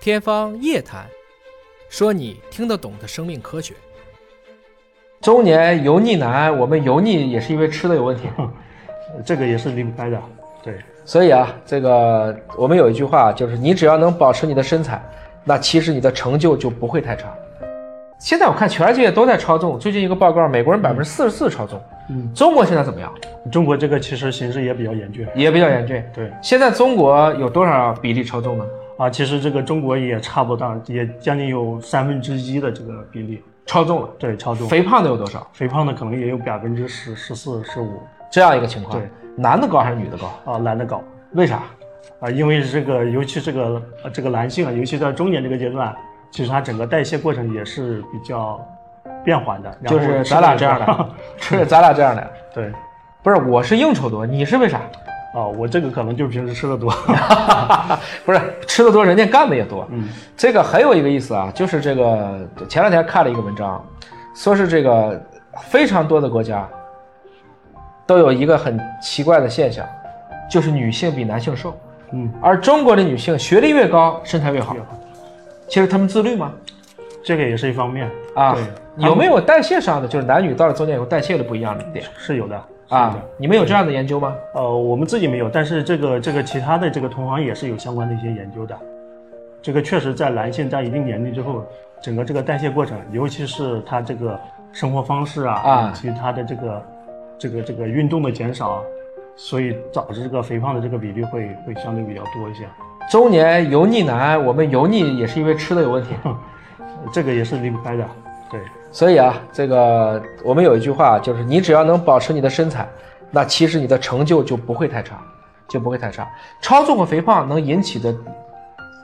天方夜谭，说你听得懂的生命科学。中年油腻男，我们油腻也是因为吃的有问题，这个也是离不开的。对，所以啊，这个我们有一句话，就是你只要能保持你的身材，那其实你的成就就不会太差。现在我看全世界都在超重，最近一个报告，美国人百分之四十四超重，嗯，中国现在怎么样？中国这个其实形势也比较严峻。也比较严峻。对现在中国有多少比例超重呢？啊，其实这个中国也差不多，也将近有三分之一的这个比例，超重了，对，超重，肥胖的有多少？肥胖的可能也有百分之十、十四、十五这样一个情况，对，男的高还是女的高？啊，懒得搞为啥？啊，因为这个，尤其这个呃这个男性啊，尤其在中年这个阶段，啊其实他整个代谢过程也是比较变缓的，然就后是吃咱俩得这样也的 多，，是咱俩这样的，对，不是我是应酬多，你是为啥？ 啊，我这个可能就平时吃的多， 不是吃的多，人家干的也多。嗯，这个很有一个意思啊，就是这个前两天看了一个文章，说是这个非常多的国家都有一个很奇怪的现象，就是女性比男性瘦，嗯，而中国的女性学历越高，身材越好越好。其实她们自律吗？这个也是一方面啊对，有没有代谢上的，就是男女到了中年以后代谢的不一样的点是有的是有啊的？你们有这样的研究吗？呃，我们自己没有，但是这个这个其他的这个同行也是有相关的一些研究的。这个确实在男性在一定年龄之后，整个这个代谢过程，尤其是他这个生活方式啊，啊以及他的这个这个这个运动的减少，所以导致这个肥胖的这个比例会会相对比较多一些。中年油腻男，我们油腻也是因为吃的有 问题。呃这个也是离不开的。对，所以啊，这个我们有一句话，就是你只要能保持你的身材，那其实你的成就就不会太差，就不会太差。超重和肥胖能引起的，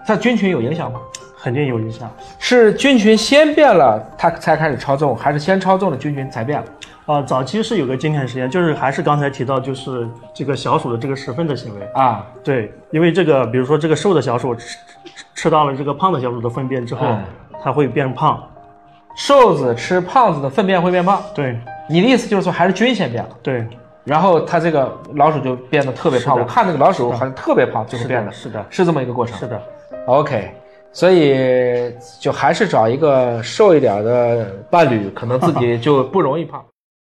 它菌群有影响吗？肯定有影响。是菌群先变了，它才开始超重，还是先超重的菌群才变了？呃，早期是有个经典实验，就是还是刚才提到，就是这个小鼠的这个食粪的行为。啊，对，因为这个，比如说这个瘦的小鼠吃吃吃到了这个胖的小鼠的粪便之后，嗯它会变胖。瘦子吃胖子的粪便会变胖。对你的意思就是说还是菌先变了，对，然后它这个老鼠就变得特别胖。是我的看那个老鼠好像特别胖，最后是变的，的，是的，是这么一个过程。是的， OK，所以就还是找一个瘦一点的伴侣，可能自己就不容易胖。